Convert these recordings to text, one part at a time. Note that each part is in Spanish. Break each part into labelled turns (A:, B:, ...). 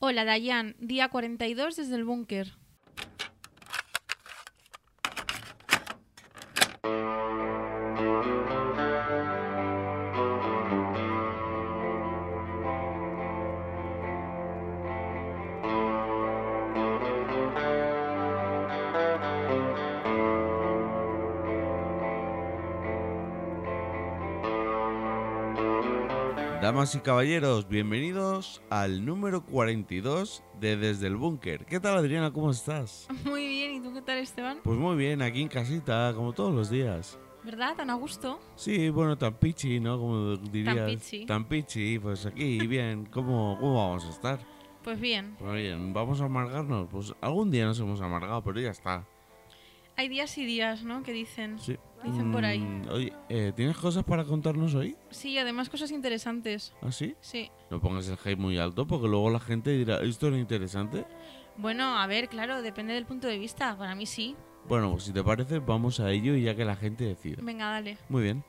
A: Hola Dayan, día 42 desde el búnker.
B: Damas y caballeros, bienvenidos al número 42 de Desde el Búnker. ¿Qué tal Adriana? ¿Cómo estás?
A: Muy bien, ¿y tú qué tal Esteban?
B: Pues muy bien, aquí en casita, como todos los días.
A: ¿Verdad? ¿Tan a gusto?
B: Sí, bueno, tan pichi, ¿no? Como dirías.
A: pichi.
B: Tan pichi, pues aquí, bien. ¿Cómo, cómo vamos a estar?
A: Pues bien.
B: Pues bien, ¿vamos a amargarnos? Pues algún día nos hemos amargado, pero ya está.
A: Hay días y días, ¿no? Que dicen.
B: Sí.
A: Dicen por ahí.
B: Mm, oye, eh, ¿tienes cosas para contarnos hoy?
A: Sí, además cosas interesantes.
B: ¿Ah, sí?
A: Sí.
B: No pongas el hype muy alto porque luego la gente dirá, ¿esto era interesante?
A: Bueno, a ver, claro, depende del punto de vista. Para mí sí.
B: Bueno, pues si te parece, vamos a ello y ya que la gente decida.
A: Venga, dale.
B: Muy bien.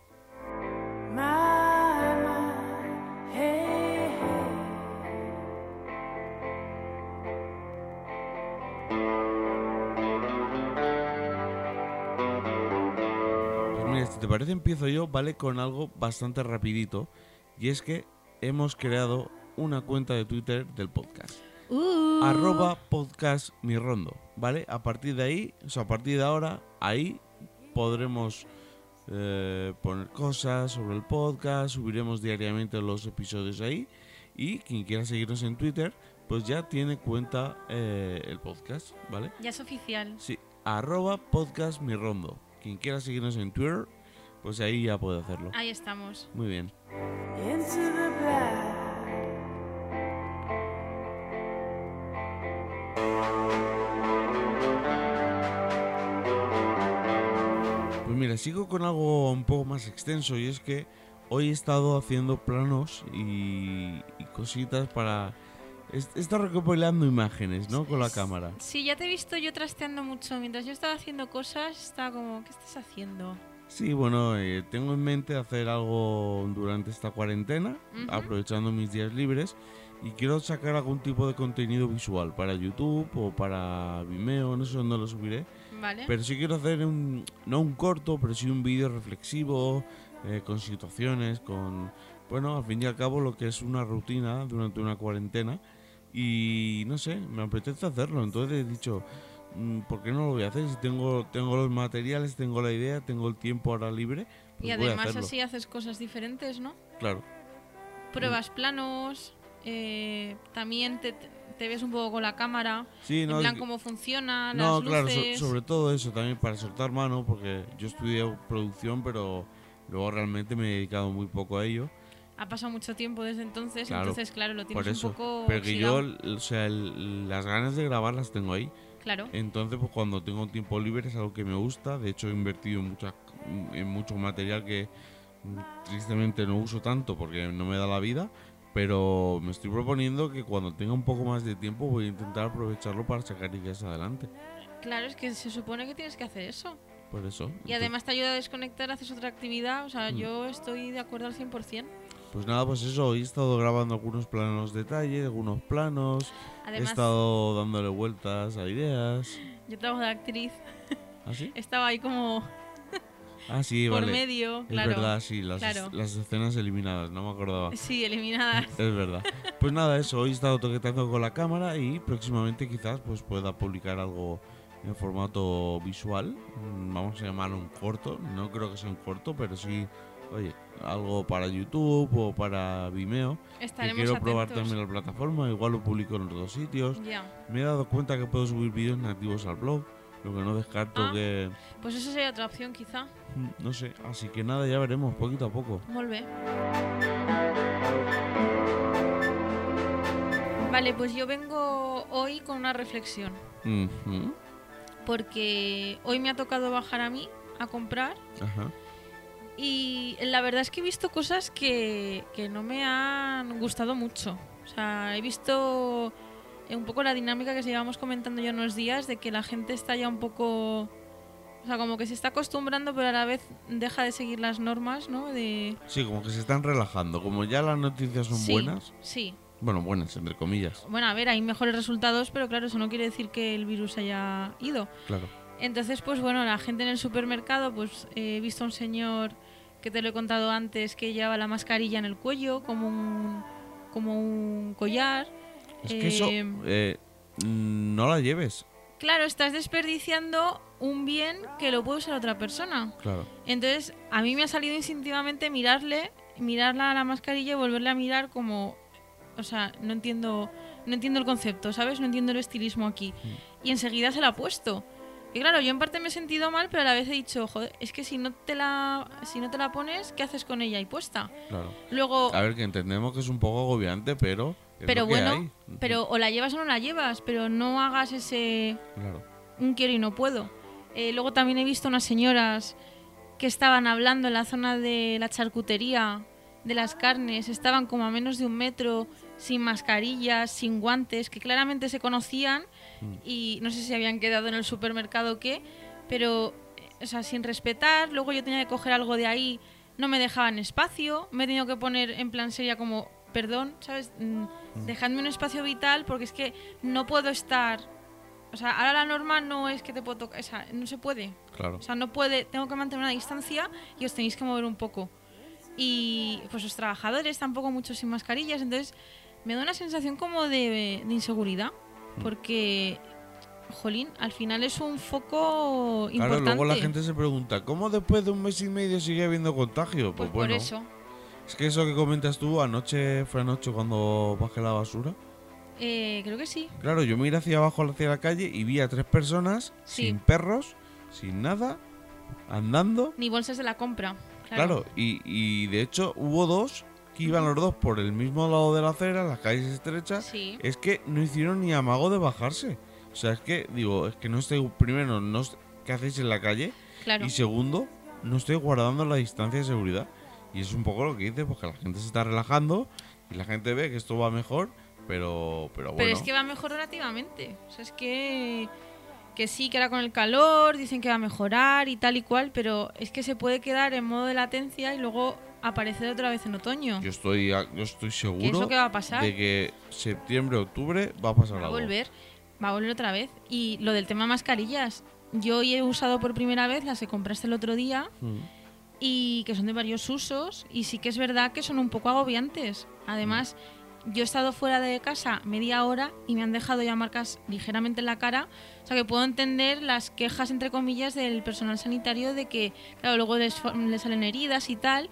C: My, my, hey, hey.
B: Pues mira, si te parece, empiezo yo, ¿vale? Con algo bastante rapidito. Y es que hemos creado una cuenta de Twitter del podcast.
A: Uh.
B: Arroba podcast mi rondo, ¿vale? A partir de ahí, o sea, a partir de ahora, ahí podremos eh, poner cosas sobre el podcast, subiremos diariamente los episodios ahí. Y quien quiera seguirnos en Twitter, pues ya tiene cuenta eh, el podcast, ¿vale?
A: Ya es oficial.
B: Sí, arroba podcast mi rondo. Quien quiera seguirnos en Twitter, pues ahí ya puede hacerlo.
A: Ahí estamos.
B: Muy bien.
C: Into the black.
B: Pues mira, sigo con algo un poco más extenso y es que hoy he estado haciendo planos y, y cositas para... est- He estado recopilando imágenes, ¿no? Con la cámara.
A: Sí, ya te he visto yo trasteando mucho. Mientras yo estaba haciendo cosas, estaba como, ¿qué estás haciendo?
B: Sí, bueno, eh, tengo en mente hacer algo durante esta cuarentena,
A: Ujú.
B: aprovechando mis días libres, y quiero sacar algún tipo de contenido visual para YouTube o para Vimeo, no sé dónde lo subiré,
A: ¿Vale?
B: Pero sí quiero hacer un, no un corto, pero sí un vídeo reflexivo, eh, con situaciones, con, bueno, al fin y al cabo lo que es una rutina durante una cuarentena. Y no sé, me apetece hacerlo, entonces he dicho, "Mm, ¿por qué no lo voy a hacer? Si tengo, tengo los materiales, tengo la idea, tengo el tiempo ahora libre. Pues
A: y
B: voy a
A: además
B: hacerlo.
A: así haces cosas diferentes, ¿no?
B: Claro. Mm.
A: pruebas planos, eh, también te, te ves un poco con la cámara,
B: Sí,
A: en
B: no,
A: plan
B: y-
A: cómo funciona,
B: No,
A: las
B: claro, so-
A: luces.
B: sobre todo eso también para soltar mano, porque yo estudié producción, pero luego realmente me he dedicado muy poco a ello.
A: Ha pasado mucho tiempo desde entonces,
B: Claro,
A: entonces claro, lo tienes
B: Por eso.
A: un poco
B: pero que yo,
A: oxidado.
B: l- o sea, el- las ganas de grabar las tengo ahí.
A: claro.
B: Entonces, pues cuando tengo tiempo libre es algo que me gusta. De hecho, he invertido en, muchas- en mucho material que mm, tristemente no uso tanto porque no me da la vida. Pero me estoy proponiendo que cuando tenga un poco más de tiempo voy a intentar aprovecharlo para sacar ideas adelante.
A: Claro, es que se supone que tienes que hacer eso.
B: Por eso.
A: Y
B: Entonces,
A: además te ayuda a desconectar, haces otra actividad, o sea,
B: Mm.
A: yo estoy de acuerdo al 100%.
B: Pues nada, pues eso. Hoy he estado grabando algunos planos detalles, algunos planos. he
A: Además,
B: estado dándole vueltas a ideas.
A: yo trabajo de actriz,
B: ¿Así?
A: estaba ahí como
B: Ah, sí,
A: por
B: vale.
A: medio,
B: Es
A: claro.
B: verdad, sí, las,
A: claro.
B: las escenas eliminadas, no me acordaba.
A: Sí, eliminadas.
B: Es verdad. Pues nada, eso, hoy he estado toqueteando con la cámara y próximamente quizás pues pueda publicar algo en formato visual. Mm, Vamos a llamarlo un corto, no creo que sea un corto, pero sí, oye, algo para YouTube o para Vimeo. Que
A: Estaremos
B: quiero probar
A: atentos.
B: también la plataforma, igual lo publico en los dos sitios.
A: Ya.
B: Me he dado cuenta que puedo subir vídeos nativos al blog, lo que no descarto
A: Ah.
B: que...
A: Pues esa sería otra opción quizá.
B: mm, No sé, así que nada, ya veremos poquito a poco.
A: Molt bé. Vale, pues yo vengo hoy con una reflexión,
B: Ujú,
A: porque hoy me ha tocado bajar a mí a comprar
B: Ajá.
A: y la verdad es que he visto cosas que, que no me han gustado mucho. O sea, he visto eh, un poco la dinámica que llevamos comentando ya unos días de que la gente está ya un poco... O sea, como que se está acostumbrando, pero a la vez deja de seguir las normas, ¿no? De,
B: Sí, como que se están relajando. Como ya las noticias son
A: Sí,
B: buenas,
A: Sí,
B: Bueno, buenas, entre comillas.
A: Bueno, a ver, hay mejores resultados, pero claro, eso no quiere decir que el virus haya ido.
B: Claro.
A: Entonces, pues bueno, la gente en el supermercado, pues eh, he visto a un señor que te lo he contado antes que lleva la mascarilla en el cuello como un, como un collar.
B: Es que eso
A: Eh,
B: eh, no la lleves.
A: Claro, estás desperdiciando un bien que lo puede usar otra persona.
B: Claro.
A: Entonces, a mí me ha salido instintivamente mirarle, mirarla a la mascarilla y volverle a mirar como, o sea, no entiendo, no entiendo el concepto, ¿sabes? No entiendo el estilismo aquí.
B: Mm.
A: Y enseguida se la ha puesto. Y claro, yo en parte me he sentido mal, pero a la vez he dicho, joder, es que si no te la, si no te la pones, ¿qué haces con ella y puesta?
B: Claro.
A: Luego,
B: A ver, que entendemos que es un poco agobiante, pero. es
A: Oh. pero
B: lo que
A: bueno,
B: hay.
A: pero o la llevas o no la llevas, pero no hagas ese,
B: Claro.
A: un quiero y no puedo. Eh, luego también he visto unas señoras que estaban hablando en la zona de la charcutería, de las carnes, estaban como a menos de un metro, sin mascarillas, sin guantes, que claramente se conocían y no sé si habían quedado en el supermercado o qué, pero, eh, o sea, sin respetar. Luego yo tenía que coger algo de ahí, no me dejaban espacio, me he tenido que poner en plan seria como, perdón, ¿sabes? Mm, Dejadme un espacio vital porque es que no puedo estar. O sea, ahora la norma no es que te puedo tocar, o sea, no se puede.
B: Claro.
A: O sea, no puede, tengo que mantener una distancia y os tenéis que mover un poco. Y pues los trabajadores tampoco muchos sin mascarillas, entonces me da una sensación como de, de inseguridad,
B: Mm.
A: porque, jolín, al final es un foco
B: Claro,
A: importante.
B: luego la gente se pregunta, ¿cómo después de un mes y medio sigue habiendo
A: pues
B: contagio? Pues,
A: por
B: bueno,
A: eso.
B: es que eso que comentas tú anoche, fue anoche cuando bajé la basura.
A: Eh, creo que sí.
B: Claro, yo miré hacia abajo, hacia la calle y vi a tres personas
A: Sí.
B: sin perros, sin nada, andando.
A: Ni bolsas de la compra.
B: Claro, y, y de hecho hubo dos que iban los dos por el mismo lado de la acera, las calles estrechas.
A: Sí.
B: Es que no hicieron ni amago de bajarse. O sea, es que, digo, es que no estoy, primero, no, os- ¿qué hacéis en la calle?
A: Claro.
B: Y segundo, no estoy guardando la distancia de seguridad. Y es un poco lo que dice, porque la gente se está relajando y la gente ve que esto va mejor, pero, pero bueno.
A: Pero es que va mejor relativamente. O sea, es que, que sí, que ahora con el calor dicen que va a mejorar y tal y cual, pero es que se puede quedar en modo de latencia y luego aparecer otra vez en otoño.
B: yo estoy, a- yo estoy seguro
A: ¿Que eso Ah. qué va a pasar?
B: de que septiembre, octubre va a pasar
A: Va a
B: algo.
A: volver, va a volver otra vez. Y lo del tema mascarillas, yo hoy he usado por primera vez las que compraste el otro día
B: Mm.
A: y que son de varios usos y sí que es verdad que son un poco agobiantes. Además, yo he estado fuera de casa media hora y me han dejado ya marcas ligeramente en la cara, o sea que puedo entender las quejas entre comillas del personal sanitario de que claro, luego les, fa- les salen heridas y tal,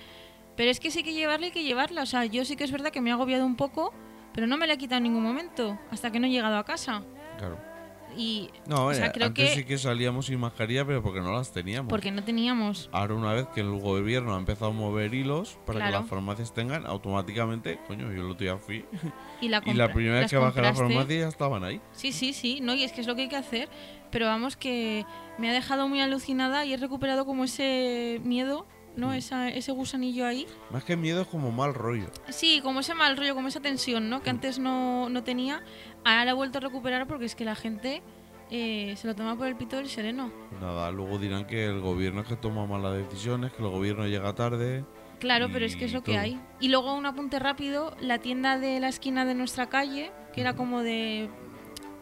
A: pero es que sí que llevarla y que llevarla, o sea, yo sí que es verdad que me he agobiado un poco, pero no me la he quitado en ningún momento hasta que no he llegado a casa.
B: Claro.
A: Y
B: No,
A: o sea,
B: eh,
A: creo
B: antes
A: que
B: sí que salíamos sin mascarilla, pero porque no las teníamos.
A: porque no teníamos
B: Ahora una vez que el gobierno ha empezado a mover hilos para que
A: Claro.
B: las farmacias tengan, automáticamente, coño, yo el otro día fui
A: y la
B: y
A: compra-
B: la primera
A: las
B: vez que bajé a la
A: compraste.
B: farmacia ya estaban ahí.
A: Sí, sí, sí, no, y es que es lo que hay que hacer, pero vamos que me ha dejado muy alucinada y he recuperado como ese miedo, ¿no? Esa- ese gusanillo ahí.
B: Más que miedo es como mal rollo.
A: Sí, como ese mal rollo, como esa tensión, ¿no? Que antes no, no tenía, ahora la he vuelto a recuperar porque es que la gente eh, se lo toma por el pito del sereno.
B: Nada, luego dirán que el gobierno es que toma malas decisiones, que el gobierno llega tarde.
A: Claro, pero es que es
B: Y
A: lo que
B: todo.
A: hay. Y luego un apunte rápido, la tienda de la esquina de nuestra calle, que era como de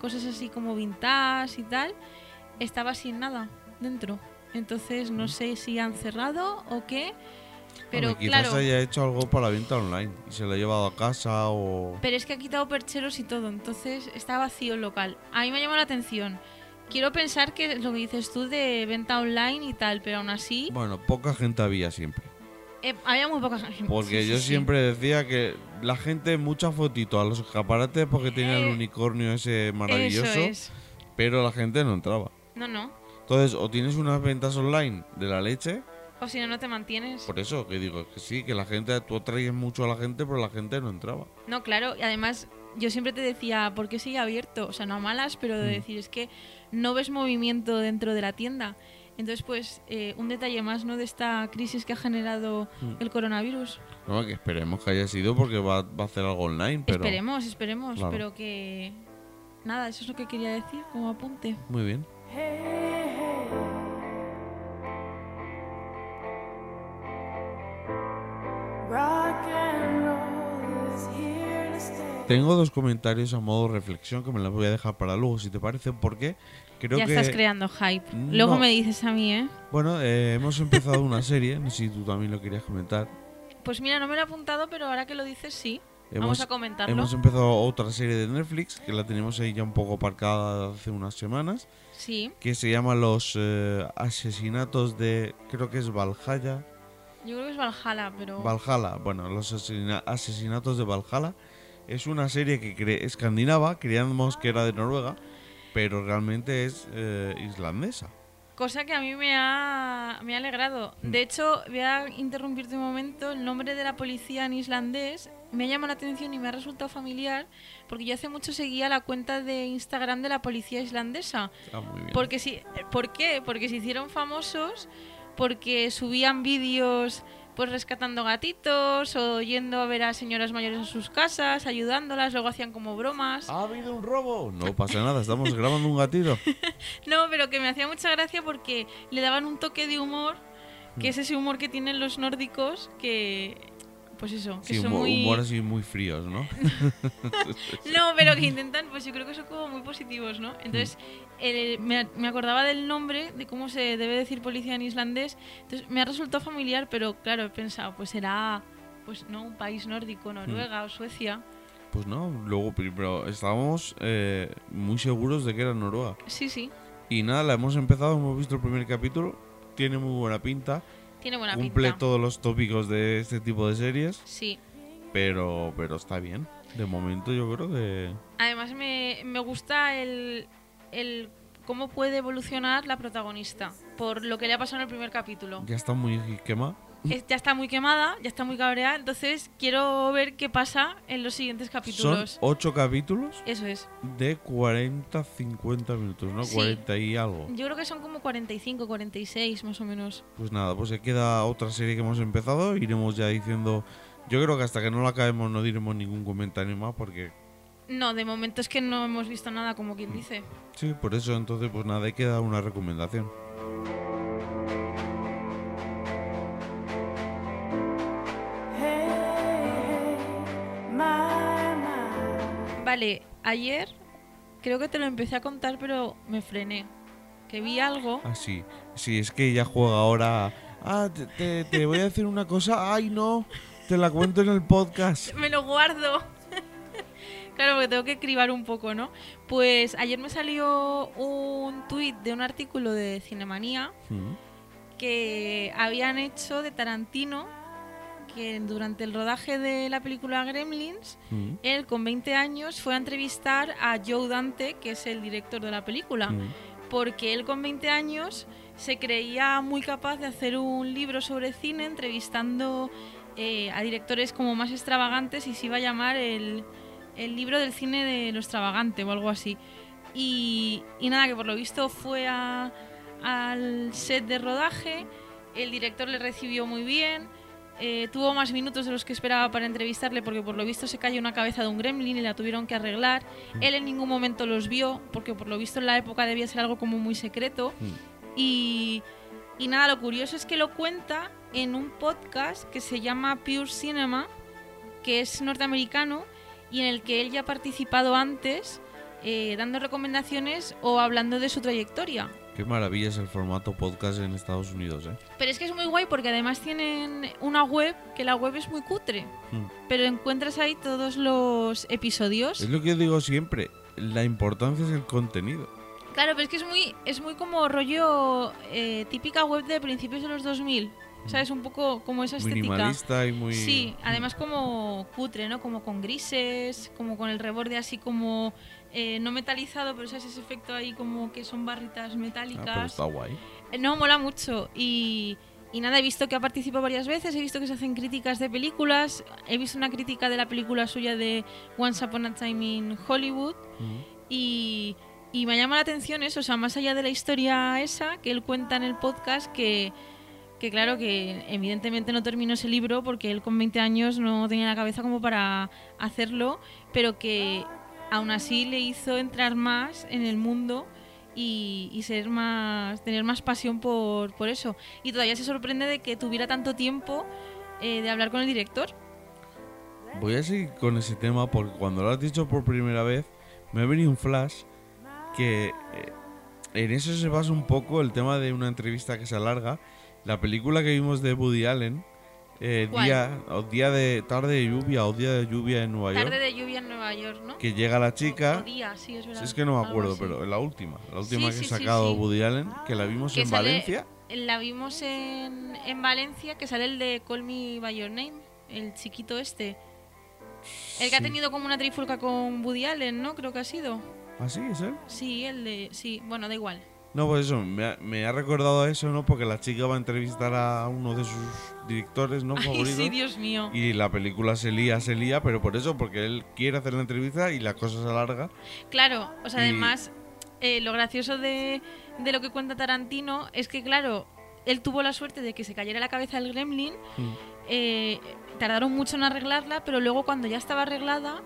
A: cosas así como vintage y tal, estaba sin nada dentro. Entonces no sé si han cerrado o qué, pero
B: Hombre, quizás
A: claro,
B: haya hecho algo para la venta online y se lo ha llevado a casa o...
A: pero es que ha quitado percheros y todo, entonces está vacío el local. A mí me ha llamado la atención. Quiero pensar que es lo que dices tú de venta online y tal, pero aún así
B: Bueno, poca gente había siempre.
A: eh, había muy poca gente.
B: Porque
A: Sí,
B: yo
A: sí, sí.
B: siempre decía que la gente muchas fotitos a los escaparates porque tenía el
A: Eh,
B: unicornio ese maravilloso,
A: Eso es.
B: pero la gente no entraba.
A: No, no.
B: Entonces, o tienes unas ventas online de la leche,
A: O si no, no te mantienes.
B: por eso que digo que sí, que la gente, tú atraes mucho a la gente, pero la gente no entraba.
A: No, claro, y además yo siempre te decía, ¿por qué sigue abierto? O sea, no a malas, pero
B: Mm.
A: de decir, es que no ves movimiento dentro de la tienda. Entonces, pues, eh, un detalle más, ¿no? De esta crisis que ha generado
B: Mm.
A: el coronavirus.
B: No, que esperemos que haya sido porque va, va a hacer algo online, pero...
A: esperemos, esperemos,
B: Claro.
A: pero que... Nada, eso es lo que quería decir como apunte.
B: Muy bien.
C: Hey, hey. Rock and roll is here to stay.
B: Tengo dos comentarios a modo reflexión que me las voy a dejar para luego, si te parece, porque creo
A: ya
B: que...
A: estás creando hype.
B: No.
A: Luego me dices a mí, ¿eh?
B: Bueno, eh, hemos empezado una serie, no sé si tú también lo querías comentar.
A: Pues mira, no me lo he apuntado, pero ahora que lo dices, sí.
B: Hemos,
A: Vamos a comentarlo.
B: hemos empezado otra serie de Netflix, que la tenemos ahí ya un poco aparcada hace unas semanas,
A: Sí,
B: que se llama Los eh, Asesinatos de... creo que es Valhalla.
A: yo creo que es Valhalla, pero...
B: Valhalla, bueno, Los asesina- Asesinatos de Valhalla. Es una serie que cre- escandinava, creíamos que era de Noruega, pero realmente es eh, islandesa.
A: Cosa que a mí me ha, me ha alegrado. De hecho, voy a interrumpirte un momento. El nombre de la policía en islandés me ha llamado la atención y me ha resultado familiar porque yo hace mucho seguía la cuenta de Instagram de la policía islandesa.
B: Está muy bien.
A: Porque si, ¿Por qué? Porque se hicieron famosos porque subían vídeos pues rescatando gatitos o yendo a ver a señoras mayores a sus casas, ayudándolas, luego hacían como bromas.
B: ¿Ha habido un robo? No pasa nada, estamos grabando un gatito.
A: No, pero que me hacía mucha gracia porque le daban un toque de humor, que
B: Mm.
A: es ese humor que tienen los nórdicos, que... Pues eso, que
B: Sí,
A: son
B: humo-
A: muy...
B: humor así muy fríos, ¿no?
A: No, pero que intentan, pues yo creo que son como muy positivos,
B: Mm.
A: ¿no? Entonces, el- me, me acordaba del nombre, de cómo se debe decir policía en islandés, entonces me ha resultado familiar, pero claro, he pensado, pues será, pues no, un país nórdico,
B: Mm.
A: Noruega o Suecia.
B: Pues no, luego primero estábamos eh, muy seguros de que era Noruega.
A: Sí, sí,
B: Y nada, la hemos empezado, hemos visto el primer capítulo, tiene muy buena pinta,
A: tiene buena
B: cumple
A: pinta.
B: todos los tópicos de este tipo de series.
A: Sí.
B: Pero, pero está bien. De momento yo creo que...
A: Además me, me gusta el, el cómo puede evolucionar la protagonista por lo que le ha pasado en el primer capítulo.
B: Ya está muy quema.
A: Es- Ya está muy quemada, ya está muy cabreada, entonces quiero ver qué pasa en los siguientes
B: Son
A: capítulos.
B: ocho capítulos
A: Eso es.
B: de 40, 50 minutos, ¿no?
A: Sí.
B: 40 y algo.
A: Yo creo que son como 45, 46 más o menos.
B: Pues nada, pues se queda otra serie que hemos empezado. Iremos ya diciendo... Yo creo que hasta que no la acabemos no diremos ningún comentario más porque...
A: No, de momento es que no hemos visto nada, como quien dice.
B: Sí, por eso entonces pues nada, hay que dar una recomendación.
C: Hey, hey, my, my.
A: Vale, ayer creo que te lo empecé a contar, pero me frené. Que vi algo.
B: Ah, sí. Sí, es que ella juega ahora... Ah, te, te- te voy a decir una cosa. Ay, no. Te la cuento en el podcast.
A: me lo guardo. claro, porque tengo que cribar un poco, ¿no? Pues ayer me salió un tuit de un artículo de Cinemanía
B: Mm.
A: que habían hecho de Tarantino que durante el rodaje de la película Gremlins,
B: Mm.
A: él con 20 años fue a entrevistar a Joe Dante, que es el director de la película
B: Mm.
A: porque él con 20 años se creía muy capaz de hacer un libro sobre cine entrevistando eh, a directores como más extravagantes y se iba a llamar el, el libro del cine de lo extravagante o algo así. Y, y nada, que por lo visto fue a- al set de rodaje, el director le recibió muy bien. eh, tuvo más minutos de los que esperaba para entrevistarle porque por lo visto se cayó una cabeza de un gremlin y la tuvieron que arreglar. Él en ningún momento los vio, porque por lo visto en la época debía ser algo como muy secreto.
B: Mm.
A: Y, y nada, lo curioso es que lo cuenta en un podcast que se llama Pure Cinema, que es norteamericano y en el que él ya ha participado antes eh, dando recomendaciones o hablando de su trayectoria.
B: Qué maravilla es el formato podcast en Estados Unidos, ¿eh?
A: Pero es que es muy guay porque además tienen una web, que la web es muy cutre,
B: Mm.
A: pero encuentras ahí todos los episodios.
B: Es lo que yo digo siempre, la importancia es el contenido.
A: Claro, pero es que es muy, es muy como rollo eh, típica web de principios de los 2000. ¿Sabes? Un poco como esa estética.
B: Minimalista y muy... Ah, mm.
A: Sí, además como cutre, ¿no? Como con grises, como con el reborde así como eh, no metalizado, pero sabes ese efecto ahí como que son barritas
B: Ah, pero
A: metálicas.
B: está guay.
A: Eh, No, mola mucho. Y, y nada, he visto que ha participado varias veces, he visto que se hacen críticas de películas, he visto una crítica de la película suya de Once Upon a Time in Hollywood.
B: Mm.
A: Y, y me llama la atención eso, o sea, más allá de la historia esa que él cuenta en el podcast, que, que claro que evidentemente no terminó ese libro porque él con 20 años no tenía la cabeza como para hacerlo, pero que aún así le hizo entrar más en el mundo. Y, y ser más tener más pasión por, por eso y todavía se sorprende de que tuviera tanto tiempo eh, de hablar con el director
B: Voy a seguir con ese tema porque cuando lo has dicho por primera vez, me ha venido un flash que eh, en eso se basa un poco el tema de una entrevista que se alarga. La película que vimos de Woody Allen, eh,
A: ¿Cuál?
B: día, o día de tarde de lluvia o día de lluvia en Nueva
A: Tarde
B: York,
A: de lluvia en Nueva York, ¿no?
B: que llega la
A: O- o
B: chica.
A: día, sí, es verdad.
B: Es que no me
A: Algo
B: acuerdo,
A: así.
B: pero la última, la última
A: Sí,
B: que
A: sí,
B: ha
A: sí,
B: sacado
A: sí.
B: Woody Allen, que la vimos
A: Que
B: en
A: sale-
B: Valencia.
A: La vimos en, en Valencia, que sale el de Call Me By Your Name, el chiquito este. El que ha
B: Sí.
A: tenido como una trifulca con Woody Allen, ¿no? Creo que ha sido.
B: ¿Ah, sí? ¿Es él?
A: Sí, el de... Sí, bueno, da igual.
B: No, pues eso, me ha, me ha recordado a eso, ¿no? Porque la chica va a entrevistar a uno de sus directores, ¿no?
A: Ay,
B: Favoritos.
A: sí, Dios mío.
B: y la película se lía, se lía, pero por eso, porque él quiere hacer la entrevista y la cosa se alarga.
A: Claro, o sea,
B: Y-
A: además, eh, lo gracioso de, de lo que cuenta Tarantino es que, claro, él tuvo la suerte de que se cayera la cabeza del gremlin,
B: Mm.
A: eh, tardaron mucho en arreglarla, pero luego cuando ya estaba arreglada,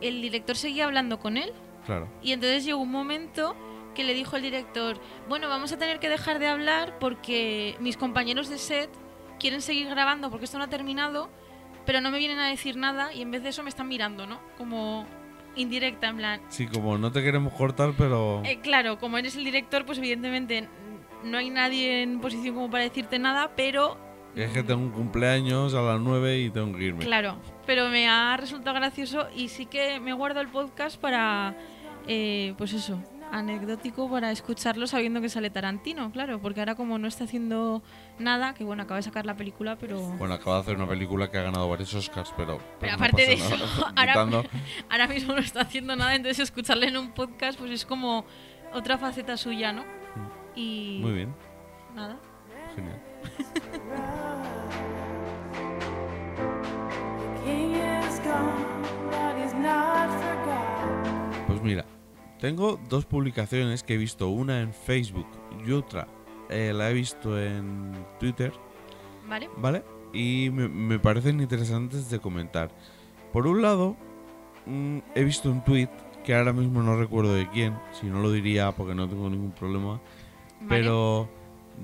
A: el director seguía hablando con él
B: Claro.
A: y entonces llegó un momento que le dijo el director, bueno, vamos a tener que dejar de hablar porque mis compañeros de set quieren seguir grabando porque esto no ha terminado, pero no me vienen a decir nada y en vez de eso me están mirando, ¿no? Como indirecta, en plan,
B: Sí, como no te queremos cortar, pero...
A: eh, claro, como eres el director, pues evidentemente n- no hay nadie en posición como para decirte nada, pero...
B: Es que tengo un cumpleaños a las 9 y tengo que irme.
A: Claro, pero me ha resultado gracioso y sí que me guardo el podcast para, eh, pues eso, anecdótico para escucharlo sabiendo que sale Tarantino, claro, porque ahora como no está haciendo nada, que bueno, acaba de sacar la película, pero...
B: Bueno, acaba de hacer una película que ha ganado varios Oscars, pero...
A: Pero
B: no
A: aparte de
B: pasa
A: eso,
B: nada.
A: ahora,
B: Quitando-
A: ahora mismo no está haciendo nada, entonces escucharle en un podcast pues es como otra faceta suya, ¿no? Y
B: Mm. Muy bien,
A: nada.
B: genial.
C: King is gone, but he's not forgotten.
B: Pues mira, tengo dos publicaciones que he visto, una en Facebook y otra eh, la he visto en Twitter,
A: ¿Vale?
B: ¿vale? Y me, me parecen interesantes de comentar. Por un lado, mm, he visto un tweet que ahora mismo no recuerdo de quién, si no lo diría porque no tengo ningún problema,
A: Vale.
B: pero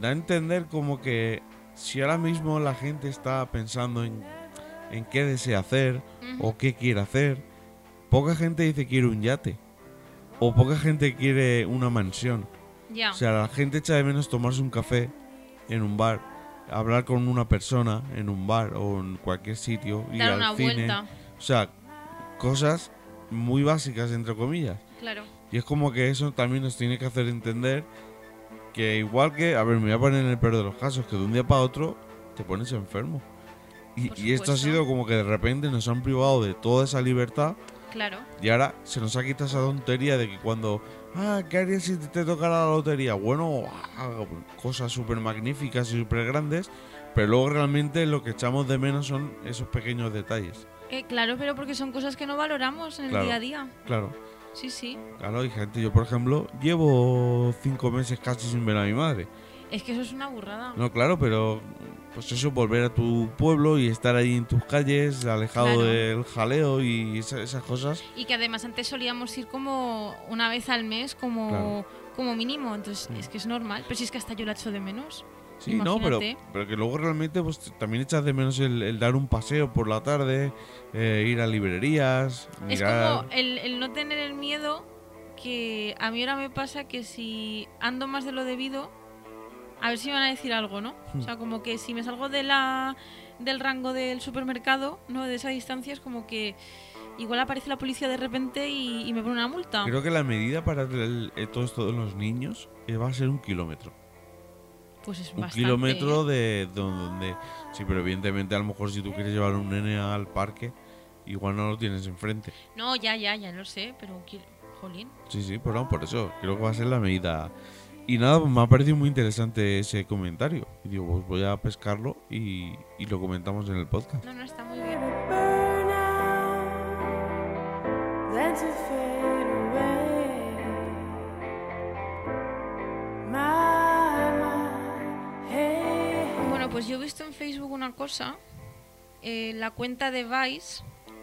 B: da a entender como que si ahora mismo la gente está pensando en, en qué desea hacer
A: Ujú.
B: o qué quiere hacer. Poca gente dice quiere un yate. O poca gente quiere una mansión.
A: ya.
B: O sea, la gente echa de menos tomarse un café en un bar, hablar con una persona en un bar o en cualquier sitio, ir
A: dar
B: al
A: una
B: cine.
A: vuelta,
B: O sea, cosas muy básicas, entre comillas.
A: claro.
B: Y es como que eso también nos tiene que hacer entender que igual que, a ver, me voy a poner en el peor de los casos, que de un día para otro te pones enfermo. Y,
A: Por
B: y esto ha
A: supuesto.
B: sido como que de repente nos han privado de toda esa libertad
A: Claro,
B: y ahora se nos ha quitado esa tontería de que cuando, ah, ¿qué harías si te tocara la lotería? Bueno, ah, cosas súper magníficas y súper grandes, pero luego realmente lo que echamos de menos son esos pequeños detalles.
A: Eh, claro, pero porque son cosas que no valoramos en el
B: Claro.
A: día a día.
B: Claro,
A: Sí, sí.
B: claro, hay gente, yo por ejemplo, llevo cinco meses casi sin ver a mi madre.
A: Es que eso es una burrada.
B: No, claro, pero pues eso, volver a tu pueblo y estar ahí en tus calles, alejado
A: Claro.
B: del jaleo y esa- esas cosas.
A: Y que además antes solíamos ir como una vez al mes, como, como mínimo. Entonces
B: Mm.
A: es que es normal. Pero si es que hasta yo la echo de menos.
B: Sí, no, pero,
A: Imagínate.
B: pero que luego realmente pues, t- también echas de menos el, el dar un paseo por la tarde, eh, ir a librerías,
A: Es
B: mirar...
A: como el, el no tener el miedo que a mí ahora me pasa que si ando más de lo debido, a ver si me van a decir algo, ¿no? O sea, como que si me salgo de la, del rango del supermercado, ¿no? De esa distancia es como que igual aparece la policía de repente y, y me pone una multa.
B: Creo que la medida para el- eh, todo esto de los niños eh, va a ser un kilómetro.
A: Pues es
B: Un
A: bastante.
B: kilómetro de, de donde... Sí, pero evidentemente a lo mejor si tú quieres llevar un nene al parque, igual no lo tienes enfrente.
A: No, ya, ya, ya lo sé, pero un kil- Jolín.
B: Sí, sí, pero no, por eso. Creo que va a ser la medida. Y nada, pues me ha parecido muy interesante ese comentario. Y digo, pues voy a pescarlo y, y lo comentamos en el podcast.
A: No, no, está muy bien.
C: It would burn out, then to fade away. My mind, hey, hey.
A: Bueno, pues yo he visto en Facebook una cosa, eh, la cuenta de Vice,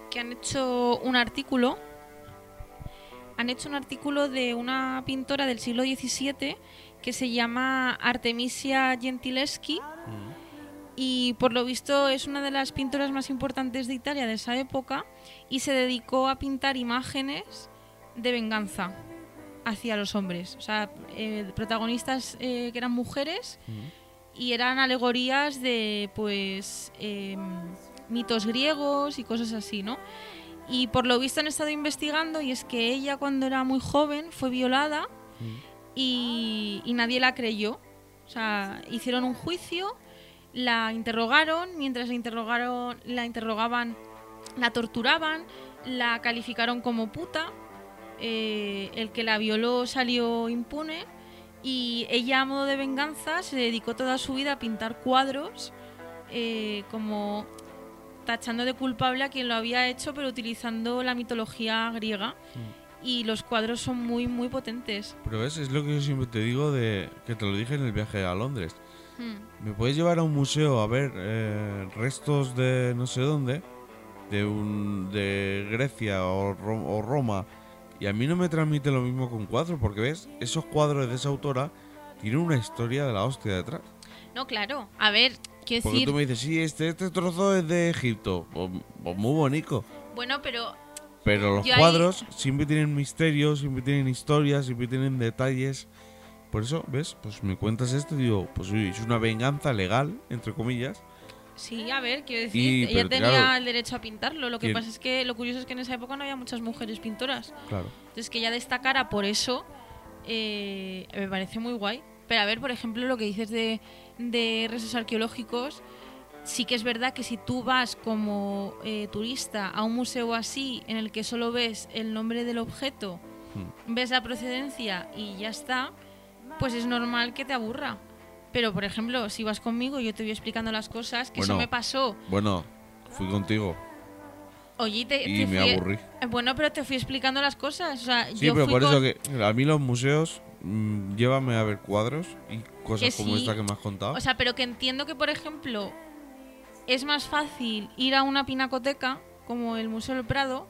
A: que han hecho un artículo, han hecho un artículo de una pintora del siglo XVII que se llama Artemisia Gentileschi y por lo visto es una de las pintoras más importantes de Italia de esa época y se dedicó a pintar imágenes de venganza hacia los hombres. O sea, eh, protagonistas eh, que eran mujeres y eran alegorías de pues eh, mitos griegos y cosas así, ¿no? Y por lo visto han estado investigando y es que ella cuando era muy joven fue violada y, y nadie la creyó. O sea, hicieron un juicio, la interrogaron, mientras la interrogaron, la interrogaban, la torturaban, la calificaron como puta, eh, el que la violó salió impune y ella a modo de venganza se dedicó toda su vida a pintar cuadros eh, como tachando de culpable a quien lo había hecho pero utilizando la mitología griega y los cuadros son muy muy potentes.
B: Pero ves, es lo que yo siempre te digo de que te lo dije en el viaje a Londres.
A: Hmm,
B: ¿Me puedes llevar a un museo a ver eh, restos de no sé dónde? De, un, de Grecia o, Ro- o Roma. Y a mí no me transmite lo mismo con cuadros, porque ves, esos cuadros de esa autora tienen una historia de la hostia detrás.
A: No, claro. A ver, quiero
B: Porque
A: decir,
B: tú me dices, sí, este, este trozo es de Egipto. Pues, pues muy bonito.
A: bueno, pero
B: Pero los
A: Yo ahí-
B: cuadros siempre tienen misterios, siempre tienen historias, siempre tienen detalles. Por eso, ¿ves? Pues me cuentas esto y digo, pues uy, es una venganza legal, entre comillas.
A: Sí, a ver, quiero
B: Y,
A: decir,
B: pero
A: ella tenía
B: claro.
A: el derecho a pintarlo. Lo que
B: Y-
A: pasa es que lo curioso es que en esa época no había muchas mujeres pintoras.
B: Claro.
A: Entonces, que ella destacara por eso eh, me parece muy guay. Pero a ver, por ejemplo, lo que dices de, de restos arqueológicos, sí que es verdad que si tú vas como eh, turista a un museo así, en el que solo ves el nombre del objeto,
B: Hmm.
A: ves la procedencia y ya está, pues es normal que te aburra. Pero, por ejemplo, si vas conmigo y yo te voy explicando las cosas, que eso
B: Bueno.
A: me pasó.
B: Bueno, fui contigo
A: Oye, te,
B: y
A: te
B: me
A: fui-
B: aburrí.
A: Eh, Bueno, pero te fui explicando las cosas. O sea,
B: Sí,
A: yo
B: pero
A: fui
B: por
A: con-
B: eso que a mí los museos, mm, llévame a ver cuadros y cosas
A: Que
B: como
A: sí.
B: esta que me has contado.
A: O sea, pero que entiendo que, por ejemplo, es más fácil ir a una pinacoteca, como el Museo del Prado,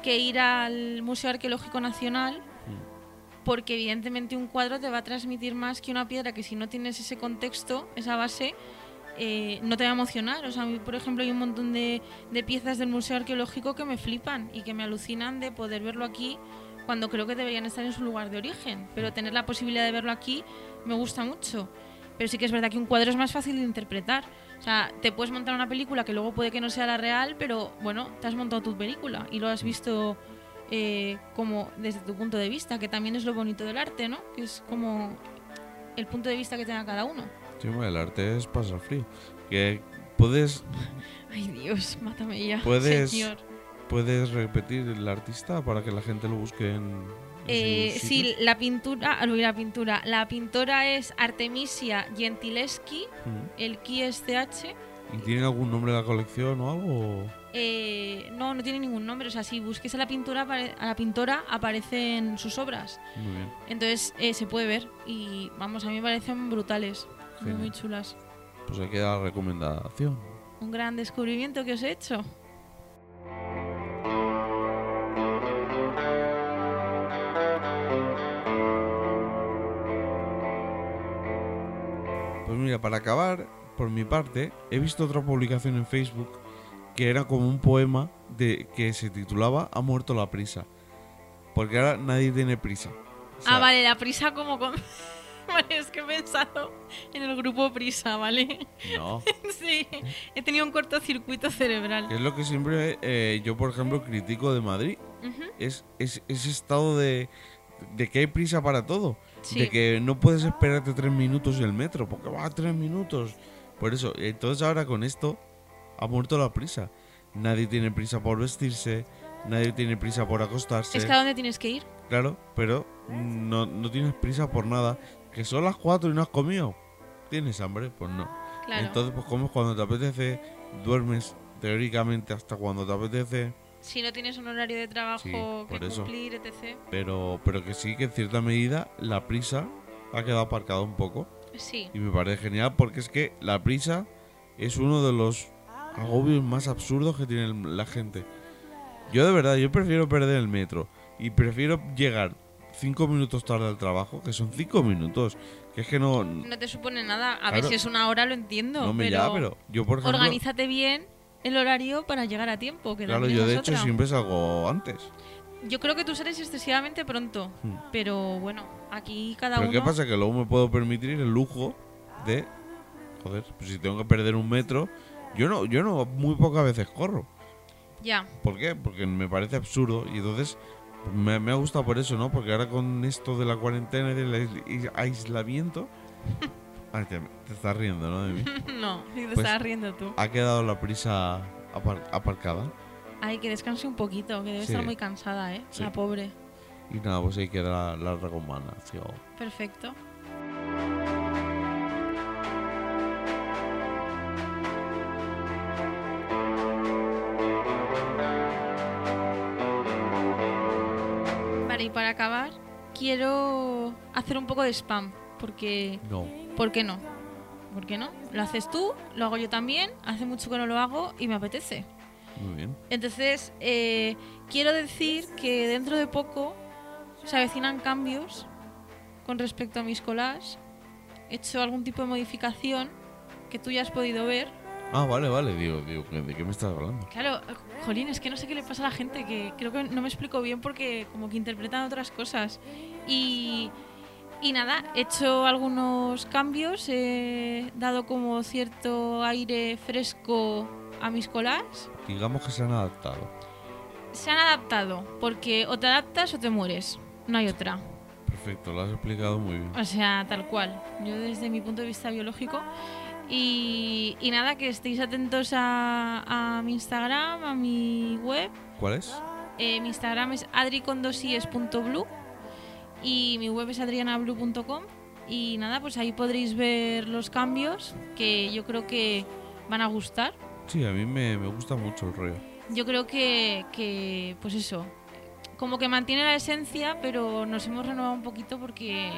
A: que ir al Museo Arqueológico Nacional, porque evidentemente un cuadro te va a transmitir más que una piedra, que si no tienes ese contexto, esa base, eh, no te va a emocionar. O sea, a mí, por ejemplo, hay un montón de, de piezas del Museo Arqueológico que me flipan y que me alucinan de poder verlo aquí cuando creo que deberían estar en su lugar de origen. Pero tener la posibilidad de verlo aquí me gusta mucho. Pero sí que es verdad que un cuadro es más fácil de interpretar. O sea, te puedes montar una película que luego puede que no sea la real, pero bueno, te has montado tu película y lo has visto eh, como desde tu punto de vista, que también es lo bonito del arte, ¿no? Que es como el punto de vista que tenga cada uno.
B: Sí, bueno, el arte es pasar frío. Que puedes,
A: Ay Dios, mátame ya.
B: Puedes-
A: Señor.
B: puedes repetir el artista para que la gente lo busque en... en
A: Eh,
B: sus
A: sí,
B: sitios.
A: la pintura, ah, no, la pintura, la pintora es Artemisia Gentileschi,
B: Mm.
A: el Ki es CH.
B: ¿Y tienen algún nombre de la colección o algo? o?
A: Eh, no, no tiene ningún nombre. O sea, si busques a la pintura, apare- a la pintora aparecen sus obras.
B: Muy bien.
A: Entonces eh, se puede ver y vamos, a mí me parecen brutales, muy,
B: Genial.
A: muy chulas.
B: Pues aquí queda la recomendación.
A: Un gran descubrimiento que os he hecho.
B: Pues mira, para acabar, por mi parte, he visto otra publicación en Facebook que era como un poema de que se titulaba Ha muerto la prisa. Porque ahora nadie tiene prisa. O sea,
A: ah, vale, la prisa como con... vale, es que he pensado en el grupo prisa, ¿vale?
B: No.
A: sí, he tenido un cortocircuito cerebral.
B: Que es lo que siempre eh, yo, por ejemplo, critico de Madrid.
A: Ujú,
B: Es, es ese estado de, de que hay prisa para todo.
A: Sí.
B: De que no puedes esperarte tres minutos en el metro, porque va tres minutos. Por eso, entonces ahora con esto ha muerto la prisa. Nadie tiene prisa por vestirse, nadie tiene prisa por acostarse.
A: Es que a dónde tienes que ir.
B: Claro, pero no, no tienes prisa por nada. Que son las cuatro y no has comido. ¿Tienes hambre? Pues no.
A: Claro.
B: Entonces, pues comes cuando te apetece, duermes teóricamente hasta cuando te apetece.
A: si no tienes un horario de
B: Sí,
A: trabajo
B: por
A: que
B: eso.
A: cumplir, etc.
B: Pero, pero que sí que en cierta medida la prisa ha quedado aparcada un poco.
A: Sí.
B: Y me parece genial porque es que la prisa es uno de los agobios más absurdos que tiene el- la gente. Yo de verdad, yo prefiero perder el metro y prefiero llegar cinco minutos tarde al trabajo, que son cinco minutos, que es que no... No,
A: No te supone nada. A ver,
B: Claro.
A: si es una hora lo entiendo.
B: me
A: pero,
B: ya, pero yo por ejemplo...
A: organízate bien el horario para llegar a tiempo. Que
B: Claro,
A: también
B: yo
A: esa
B: de
A: es
B: hecho
A: otra.
B: siempre salgo antes.
A: Yo creo que tú sales excesivamente pronto.
B: Hmm.
A: Pero bueno, aquí cada
B: Pero
A: uno.
B: ¿qué pasa? Que luego me puedo permitir el lujo de... Joder, pues si tengo que perder un metro... Yo no, yo no, muy pocas veces corro.
A: Ya.
B: ¿Por qué? Porque me parece absurdo y entonces me, me ha gustado por eso, ¿no? Porque ahora con esto de la cuarentena y del ais- y- aislamiento... Ay, te, te estás riendo, ¿no? De mí.
A: no, te
B: Pues-
A: estabas riendo tú.
B: Ha quedado la prisa apar- aparcada
A: Ay, que descanse un poquito, que debe
B: Sí.
A: estar muy cansada, ¿eh?
B: Sí.
A: La pobre.
B: y nada, pues ahí queda la, la recomendación.
A: Perfecto. Vale, y para acabar, quiero hacer un poco de spam, porque...
B: No.
A: ¿Por qué no? ¿Por qué no? Lo haces tú, lo hago yo también, hace mucho que no lo hago y me apetece.
B: Muy bien.
A: Entonces, eh, quiero decir que dentro de poco se avecinan cambios con respecto a mis collages. He hecho algún tipo de modificación que tú ya has podido ver.
B: Ah, vale, vale, digo, digo, ¿de qué me estás hablando?
A: Claro, jolín, es que no sé qué le pasa a la gente, que creo que no me explico bien porque como que interpretan otras cosas. Y, y nada, he hecho algunos cambios, he dado como cierto aire fresco a mis collages.
B: Digamos que se han adaptado.
A: se han adaptado, porque o te adaptas o te mueres. No hay otra.
B: Perfecto, lo has explicado muy bien.
A: O sea, tal cual. Yo desde mi punto de vista biológico. Y, y nada, que estéis atentos a, a mi Instagram, a mi web.
B: ¿Cuál es?
A: Eh, mi Instagram es adricondosies.blue y mi web es adrianablue.com. Y nada, pues ahí podréis ver los cambios que yo creo que van a gustar.
B: Sí, a mí me, me gusta mucho el rollo.
A: Yo creo que, que, pues eso, como que mantiene la esencia, pero nos hemos renovado un poquito porque...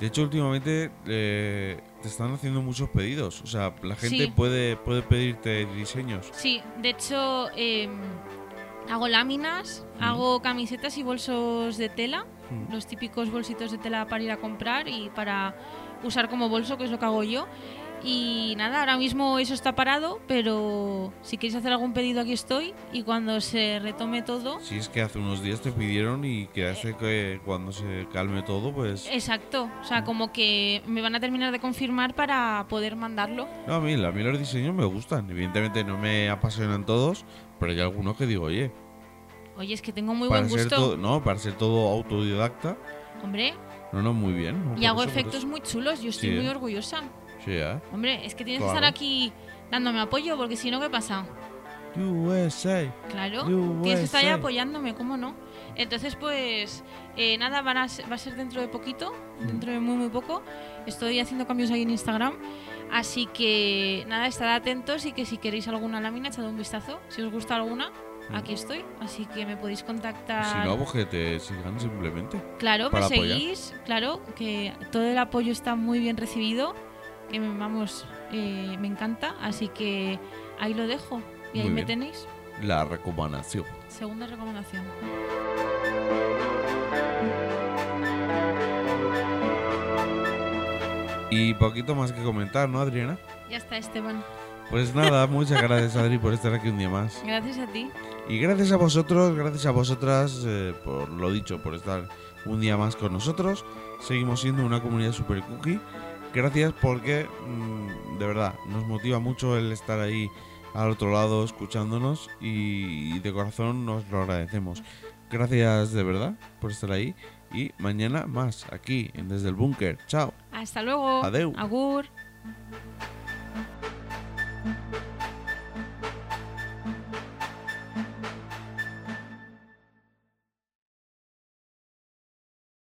B: De hecho, últimamente eh, te están haciendo muchos pedidos. O sea, la gente
A: Sí.
B: puede, puede pedirte diseños.
A: Sí, de hecho, eh, hago láminas, hago camisetas y bolsos de tela,
B: Mm.
A: los típicos bolsitos de tela para ir a comprar y para usar como bolso, que es lo que hago yo. Y nada, ahora mismo eso está parado, pero si queréis hacer algún pedido aquí estoy y cuando se retome todo...
B: Si es que hace unos días te pidieron y que hace que cuando se calme todo,
A: Eh.
B: pues...
A: Exacto, o sea, como que me van a terminar de confirmar para poder mandarlo.
B: No, a mí, a mí los diseños me gustan. Evidentemente no me apasionan todos, pero hay algunos que digo, oye,
A: Oye, es que tengo muy
B: para
A: buen
B: ser,
A: gusto,
B: todo, no, para ser todo autodidacta,
A: hombre,
B: no, no, muy bien. no,
A: y
B: por
A: hago
B: eso, por
A: efectos muy chulos, yo estoy
B: Sí,
A: muy
B: ¿eh?
A: orgullosa.
B: eso. Sí, ¿eh?
A: Hombre, es que tienes que
B: Claro.
A: estar aquí dándome apoyo, porque si no, ¿qué pasa?
B: USA.
A: Claro,
B: You
A: tienes que estar ahí
B: USA.
A: apoyándome, ¿cómo no? Entonces, pues, eh, nada, van a ser- va a ser dentro de poquito,
B: Mm.
A: dentro de muy, muy poco. Estoy haciendo cambios ahí en Instagram. Así que, nada, estad atentos y que si queréis alguna lámina, echad un vistazo. Si os gusta alguna, aquí estoy. Así que me podéis contactar.
B: Mm. Si no, pues que te sigan simplemente.
A: Claro, me
B: para apoyar.
A: seguís, claro, que todo el apoyo está muy bien recibido, que me- vamos, eh, me encanta, así que ahí lo dejo y ahí
B: Muy
A: me
B: bien.
A: tenéis.
B: La recomendación.
A: Segunda recomendación.
B: Y poquito más que comentar, ¿no, Adriana?
A: Ya está, Esteban.
B: Pues nada, muchas gracias Adri por estar aquí un día más.
A: Gracias a ti.
B: Y gracias a vosotros, gracias a vosotras eh, por lo dicho, por estar un día más con nosotros. Seguimos siendo una comunidad super cookie. Gracias porque mm, de verdad nos motiva mucho el estar ahí al otro lado escuchándonos y, de corazón nos lo agradecemos. Gracias de verdad por estar ahí y mañana más aquí en Desde el Búnker. Chao.
A: Hasta luego.
B: Adeu.
A: Agur.